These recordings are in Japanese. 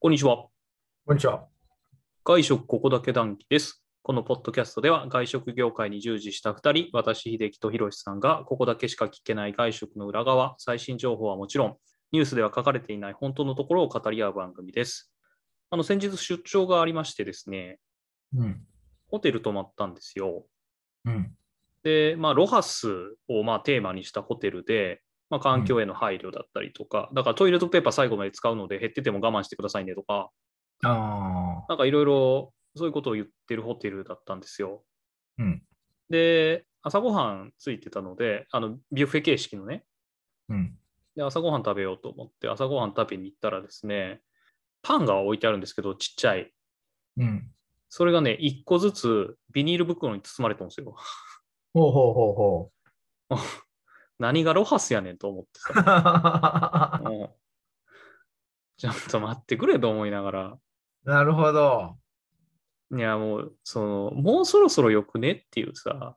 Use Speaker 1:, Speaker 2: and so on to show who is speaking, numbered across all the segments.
Speaker 1: こんにちは。
Speaker 2: こんにちは。
Speaker 1: 外食ここだけ談義です。このポッドキャストでは外食業界に従事した2人、私、秀樹とひろしさんがここだけしか聞けない外食の裏側、最新情報はもちろん、ニュースでは書かれていない本当のところを語り合う番組です。あの先日出張がありましてですね、
Speaker 2: うん。
Speaker 1: ホテル泊まったんですよ。
Speaker 2: うん。
Speaker 1: で、まあ、ロハスをまあテーマにしたホテルで、まあ、環境への配慮だったりとか、だからトイレットペーパー最後まで使うので減ってても我慢してくださいねとか、
Speaker 2: ああ。
Speaker 1: なんかいろいろそういうことを言ってるホテルだったんですよ。
Speaker 2: うん。
Speaker 1: で、朝ごはんついてたので、あのビュッフェ形式のね、
Speaker 2: うん。
Speaker 1: で朝ごはん食べようと思って、朝ごはん食べに行ったらですね、パンが置いてあるんですけど、ちっちゃい。
Speaker 2: うん。
Speaker 1: それがね、1個ずつビニール袋に包まれてるんですよ。
Speaker 2: ほうほうほうほ
Speaker 1: 何がロハスやねんと思って さ。
Speaker 2: う。
Speaker 1: もうちょっと待ってくれと思いながら。
Speaker 2: なるほど。
Speaker 1: いや、もう、その、もうそろそろよくねっていうさ、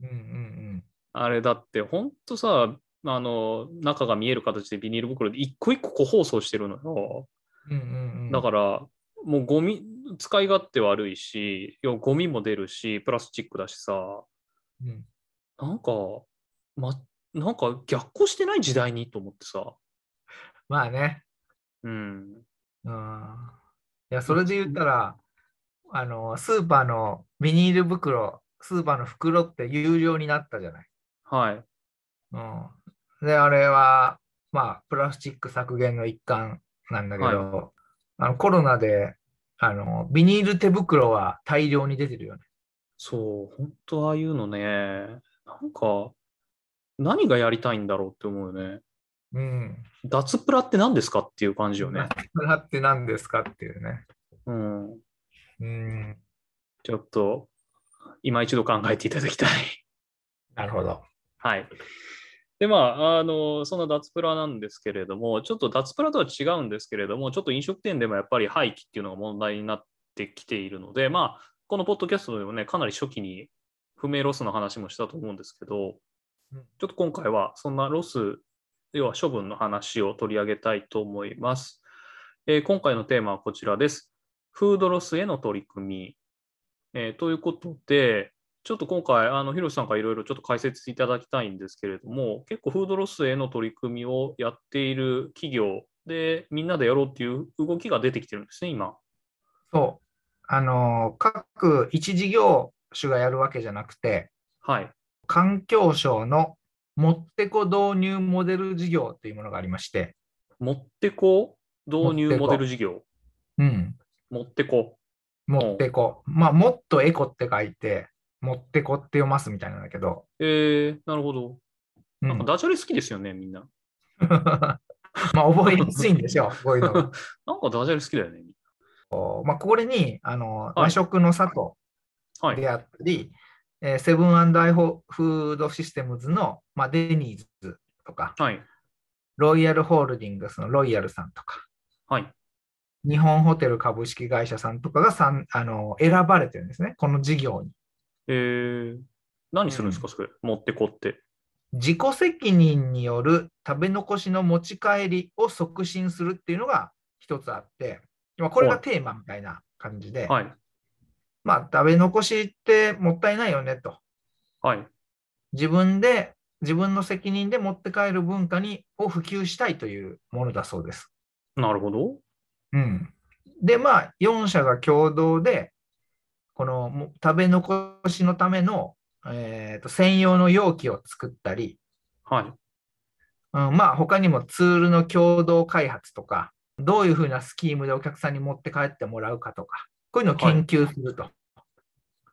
Speaker 2: うんうん
Speaker 1: あれだって、ほんとさ、あの、中が見える形でビニール袋で一個一個個包装してるのよ。
Speaker 2: うん。うんうんうん。。
Speaker 1: だからら、もうゴミ、使い勝手悪いし、いやゴミも出るし、プラスチックだしさ、
Speaker 2: うん。
Speaker 1: なんか、ま、なんか逆行してない時代にと思ってさ、
Speaker 2: まあね。
Speaker 1: うん、
Speaker 2: うん。いや、それで言ったら、あの、スーパーのビニール袋、スーパーの袋って有料になったじゃない。
Speaker 1: はい、
Speaker 2: うん。で、あれは、まあ、プラスチック削減の一環なんだけど、
Speaker 1: は
Speaker 2: あのコロナで、あの、ビニール手袋は大量に出てるよね。
Speaker 1: そう、本当ああいうのね、なんか、何がやりたいんだろうって思うよね。
Speaker 2: うん。
Speaker 1: 脱プラって何ですかっていう感じよね。
Speaker 2: それって何ですかっていうね。
Speaker 1: うん、
Speaker 2: うん。
Speaker 1: ちょっと、今一度考えていただきたい。
Speaker 2: なるほど。
Speaker 1: はい。で、まあ、あの、そんな脱プラなんですけれども、ちょっと脱プラとは違うんですけれども、ちょっと飲食店でもやっぱり廃棄っていうのが問題になってきているので、まあ、このポッドキャストでもね、かなり初期に不明ロスの話もしたと思うんですけど
Speaker 2: うん、
Speaker 1: ちょっと今回はそんなロス、要は処分の話を取り上げたいと思います。えー今回のテーマはこちらです。フードロスへの取り組み。えーということで、ちょっと今回、あの、ヒロシさんからいろいろちょっと解説いただきたいんですけれども、結構フードロスへの取り組みをやっている企業で、みんなでやろうっていう動きが出てきてるんですね、今。
Speaker 2: そう。あの、各一事業主がやるわけじゃなくて、
Speaker 1: はい。
Speaker 2: 環境省のもってこ導入モデル事業というものがありまして、
Speaker 1: 持ってこ導入モ
Speaker 2: 持ってこ
Speaker 1: デル事業。
Speaker 2: うん。
Speaker 1: 持ってこ。
Speaker 2: もってこ。まあ、もっとエコって書いて、もってこって読ますみたいなんだけど、
Speaker 1: えー、なるほど。
Speaker 2: うん
Speaker 1: なんかダジャレ好きですよね、みんな。
Speaker 2: まあ、覚えやすいんでしょう、こういうのが。
Speaker 1: なんかダジャレ好きだよね。
Speaker 2: まあ、これに、あの、
Speaker 1: い
Speaker 2: 和食の里
Speaker 1: はい。
Speaker 2: であったり、えーセブンアイ・フード・システムズの、まあ、デニーズとか、
Speaker 1: はい。
Speaker 2: ロイヤルホールディングスのロイヤルさんとか、
Speaker 1: はい。
Speaker 2: 日本ホテル株式会社さんとかがさんあの選ばれてるんですね、この事業に。
Speaker 1: えー、何するんですか、それ。持ってこって。
Speaker 2: 自己責任による食べ残しの持ち帰りを促進するっていうのが一つあって、まあ、これがテーマみたいな感じで、
Speaker 1: はい。
Speaker 2: まあ、食べ残しってもったいないよねと。
Speaker 1: はい。
Speaker 2: 自分で自分の責任で持って帰る文化にを普及したいというものだそうです。
Speaker 1: なるほど。
Speaker 2: うん、でまあ4社が共同でこのも食べ残しのための、えーと専用の容器を作ったり、
Speaker 1: はい。
Speaker 2: うん、まあ他にもツールの共同開発とかどういうふうなスキームでお客さんに持って帰ってもらうかとかこういうのを研究すると、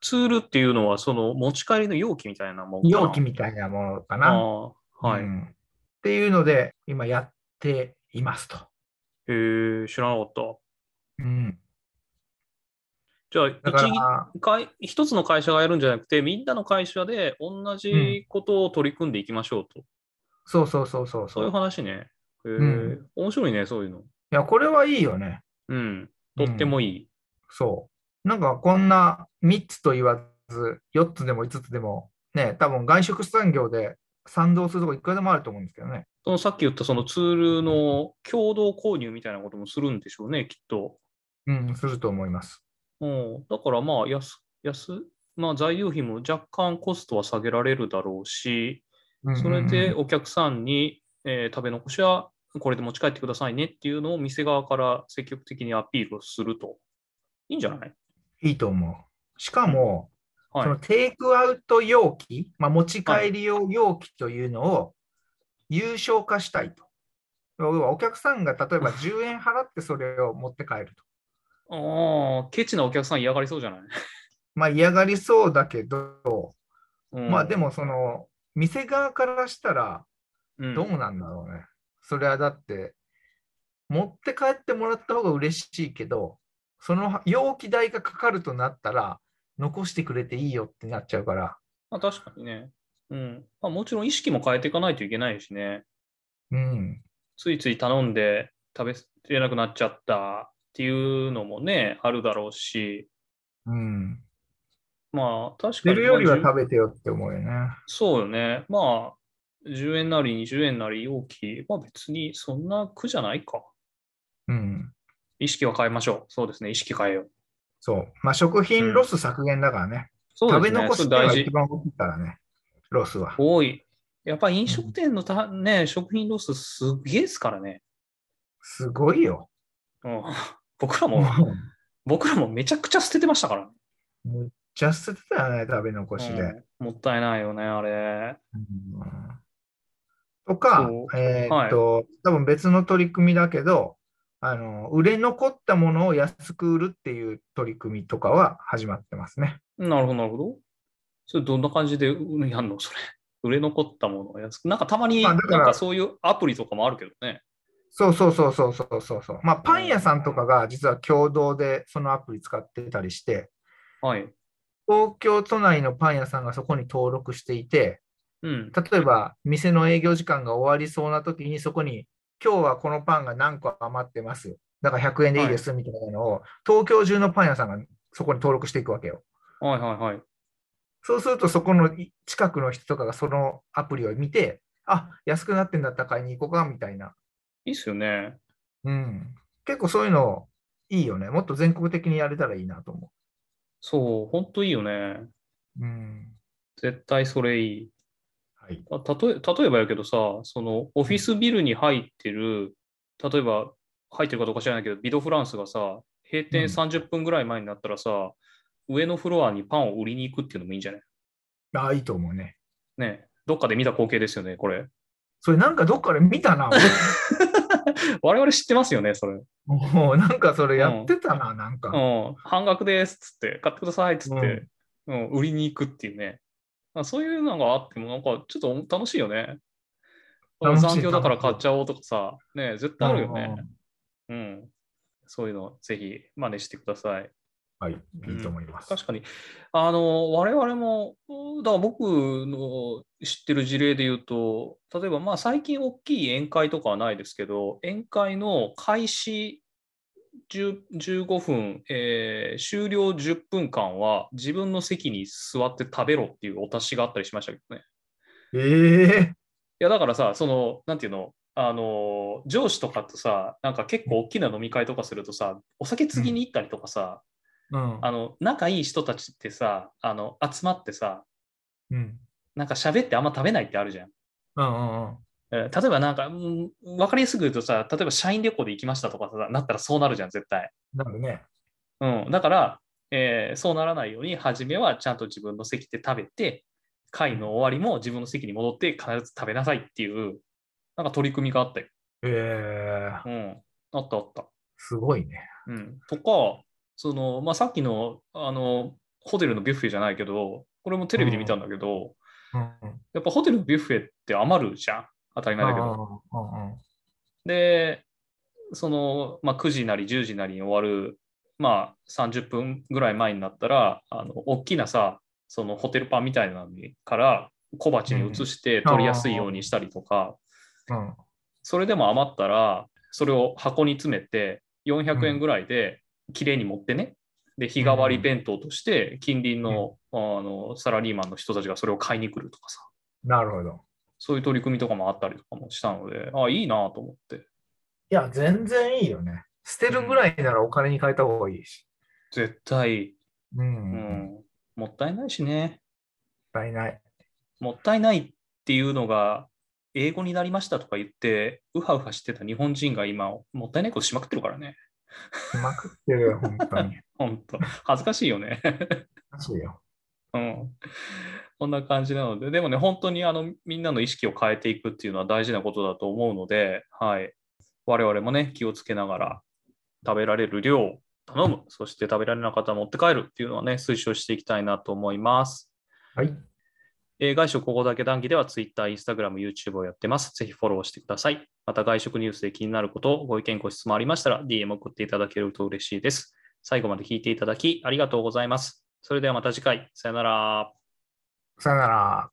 Speaker 1: ツールっていうのは、その持ち帰りの容器みたいなもんかな
Speaker 2: 容器みたいなものか
Speaker 1: あ
Speaker 2: な、
Speaker 1: あ、はい。
Speaker 2: う
Speaker 1: へ
Speaker 2: んっていうので今やっていますと。
Speaker 1: え、知らなかった。
Speaker 2: うん
Speaker 1: じゃ
Speaker 2: だか
Speaker 1: あ、
Speaker 2: ら、
Speaker 1: 一会一つの会社がやるんじゃなくて、みんなの会社で同じことを取り組んでいきましょうと。
Speaker 2: そうそうそうそう
Speaker 1: そう
Speaker 2: そ。
Speaker 1: いうう話ね。へえ、
Speaker 2: ん
Speaker 1: 面白いね、そういうの。
Speaker 2: いや、これはいいよね。
Speaker 1: うん。とってもいい。
Speaker 2: そう。なんかこんな3つと言わず、4つでも5つでも、ね、多分外食産業で賛同するとこいくらでもあると思うんですけどね。
Speaker 1: そのさっき言ったそのツールの共同購入みたいなこともするんでしょうね、きっと。
Speaker 2: うん、すると思います。
Speaker 1: うん、だからまあ安、安、まあ、材料費も若干コストは下げられるだろうし、
Speaker 2: うんうんうん
Speaker 1: それで、お客さんに、えー食べ残しはこれで持ち帰ってくださいねっていうのを店側から積極的にアピールをすると。いいんじゃない
Speaker 2: いいと思う。しかも、
Speaker 1: はい
Speaker 2: そのテイクアウト容器、まあ、持ち帰り用容器というのを有償化したいと。要はお客さんが例えば10円払ってそれを持って帰ると。
Speaker 1: ああ、ケチなお客さん嫌がりそうじゃない、
Speaker 2: まあ嫌がりそうだけど、
Speaker 1: うん
Speaker 2: まあで、もその店側からしたら
Speaker 1: うん
Speaker 2: どうなんだろうね。それはだって持って帰ってもらった方が嬉しいけど、その容器代がかかるとなったら残してくれていいよってなっちゃうから。
Speaker 1: まあ、確かにね。うんまあ、もちろん意識も変えていかないといけないしね。
Speaker 2: うん。
Speaker 1: ついつい頼んで食べれなくなっちゃったっていうのもね、あるだろうし、
Speaker 2: うん。
Speaker 1: まあ確か
Speaker 2: 出
Speaker 1: に。
Speaker 2: るよりは
Speaker 1: まあ
Speaker 2: 食べてよって思うよね。
Speaker 1: そうよね。まあ、10円なり20円なり容器、まあ別にそんな苦じゃないか。
Speaker 2: うん。
Speaker 1: 意識は変えましょう。そうですね、意識変えよう。
Speaker 2: そう。まあ、食品ロス削減だからね。
Speaker 1: そう
Speaker 2: 食
Speaker 1: で
Speaker 2: べ
Speaker 1: すね、
Speaker 2: 残し
Speaker 1: それ
Speaker 2: っていう
Speaker 1: 大
Speaker 2: のが
Speaker 1: 事
Speaker 2: 一。番大きいからね。ロスは。
Speaker 1: 多い。やっぱり飲食店のた、ね、食品ロスすっげえですからね。
Speaker 2: すごいよ。
Speaker 1: うん、僕ら
Speaker 2: も
Speaker 1: も、僕らもめちゃくちゃ捨ててましたからね。
Speaker 2: う、 むっちゃ捨ててたよね、食べ残しで。
Speaker 1: うんもったいないよね、あれ。
Speaker 2: うんとか
Speaker 1: そ、う
Speaker 2: えーっと、多分別の取り組みだけど、あの、売れ残ったものを安く売るっていう取り組みとかは始まってますね。
Speaker 1: なるほど、なるほど。それどんな感じでうんやんのそ れ。売れ残ったものを安く。なんかたまに、な
Speaker 2: まあ
Speaker 1: ん
Speaker 2: だから
Speaker 1: かそういうアプリとかもあるけどね。
Speaker 2: そうそうそうそうそうそうそう。まあ、パン屋さんとかが実は共同でそのアプリ使ってたりして、
Speaker 1: はい。
Speaker 2: 東京都内のパン屋さんがそこに登録していて、
Speaker 1: うん。
Speaker 2: 例えば店の営業時間が終わりそうな時にそこに、今日はこのパンが何個余ってます。だから100円でいいですみたいなのを、東京中のパン屋さんがそこに登録していくわけよ。
Speaker 1: はいはいはい。
Speaker 2: そうすると、そこのい近くの人とかがそのアプリを見て、あ安くなってんだったら買いに行こうかみたいな。
Speaker 1: いいっすよね。
Speaker 2: うん。結構そういうのいいよね。もっと全国的にやれたらいいなと思
Speaker 1: そう、ほんといいよね。
Speaker 2: う。うん。
Speaker 1: 絶対それいい。
Speaker 2: はい。
Speaker 1: あ例え例えばやけどさ、そのオフィスビルに入ってる、例えば入ってるかどうか知らないけど、ビドフランスがさ、閉店
Speaker 2: うん
Speaker 1: 30分ぐらい前になったらさ、上のフロアにパンを売りに行くっていうのもいいんじゃない
Speaker 2: ああ、いいと思うね。
Speaker 1: ねどっかで見た光景ですよね、これ。
Speaker 2: それなんかどっかで見たな。
Speaker 1: 我
Speaker 2: 俺
Speaker 1: 々知ってますよね、それ。
Speaker 2: もうなんかそれやってたな、なん
Speaker 1: う
Speaker 2: か。
Speaker 1: ん、半額ですっつって、買ってくださいっつって、うん売りに行くっていうね。あそういうのがあっても、なんかちょっと楽しいよね。
Speaker 2: 楽しい
Speaker 1: 残業だから買っちゃおうとかさ、ね絶対あるよね。
Speaker 2: うん
Speaker 1: うん。そういうの、ぜひ真似してください。
Speaker 2: はい、いいと思います。
Speaker 1: 確かに、あの、我々も、だから僕の知ってる事例で言うと、例えば、まあ、最近大きい宴会とかはないですけど、宴会の開始10 15分、えー終了10分間は自分の席に座って食べろっていうお達しがあったりしましたけどね。
Speaker 2: ええ
Speaker 1: いや、だからさ、その、なんていうの、あの、上司とかとさ、なんか結構大きな飲み会とかするとさ、お酒継ぎに行ったりとかさ、
Speaker 2: うん
Speaker 1: あの、仲いい人たちってさ、あの、集まってさ、
Speaker 2: うん
Speaker 1: なんか喋ってあんま食べないってあるじゃん。
Speaker 2: うんうんうん
Speaker 1: えー例えばなんか、うんわかりやすく言うとさ、例えば社員旅行で行きましたとかさ、なったらそうなるじゃん、絶対。
Speaker 2: なるね。
Speaker 1: うん。だから、えーそうならないように、初めはちゃんと自分の席で食べて、会の終わりも自分の席に戻って必ず食べなさいっていう、なんか取り組みがあったよ。
Speaker 2: ええ
Speaker 1: うん。あったあった。
Speaker 2: すごいね。
Speaker 1: うん、とか、そのまあ、さっきのあのホテルのビュッフェじゃないけど、これもテレビで見たんだけど、
Speaker 2: うん、
Speaker 1: やっぱホテルのビュッフェって余るじゃん、当たり前だけど。
Speaker 2: うんうん
Speaker 1: で、その、まあ、9時なり10時なりに終わる、まあ、30分ぐらい前になったら、あの大きなさ、そのホテルパンみたいなのから小鉢に移して取りやすいようにしたりとか、
Speaker 2: うん
Speaker 1: それでも余ったら、それを箱に詰めて、400円ぐらいで、きれいに持ってね、で、日替わり弁当として、近隣の,、あのサラリーマンの人たちがそれを買いに来るとかさ、
Speaker 2: なるほど。
Speaker 1: そういう取り組みとかもあったりとかもしたので、あいいなと思って。
Speaker 2: いや、全然いいよね。捨てるぐらいならお金に変えた方がいいし。
Speaker 1: 絶対、
Speaker 2: う。
Speaker 1: うん
Speaker 2: もっ
Speaker 1: ん、もったいないしね。
Speaker 2: たいない。
Speaker 1: もったいないっていうのが、英語になりましたとか言って、うはうはしてた日本人が今、もったいないことしまくってるからね。
Speaker 2: うまくってるよ、本当 に。
Speaker 1: 本当恥ずかしいよね。
Speaker 2: そうよ。
Speaker 1: うん。 こんな感じなので、でもね、本当にあのみんなの意識を変えていくっていうのは大事なことだと思うので、はい。我々もね、気をつけながら、食べられる量を頼む、そして食べられなかったら持って帰るっていうのはね、推奨していきたいなと思います。
Speaker 2: はい。
Speaker 1: えー外食ここだけ談義では Twitter、Instagram、YouTube をやってます。ぜひフォローしてください。また外食ニュースで気になること、ご意見、ご質問ありましたら DM を送っていただけると嬉しいです。最後まで聞いていただきありがとうございます。それではまた次回。さよなら。
Speaker 2: さよなら。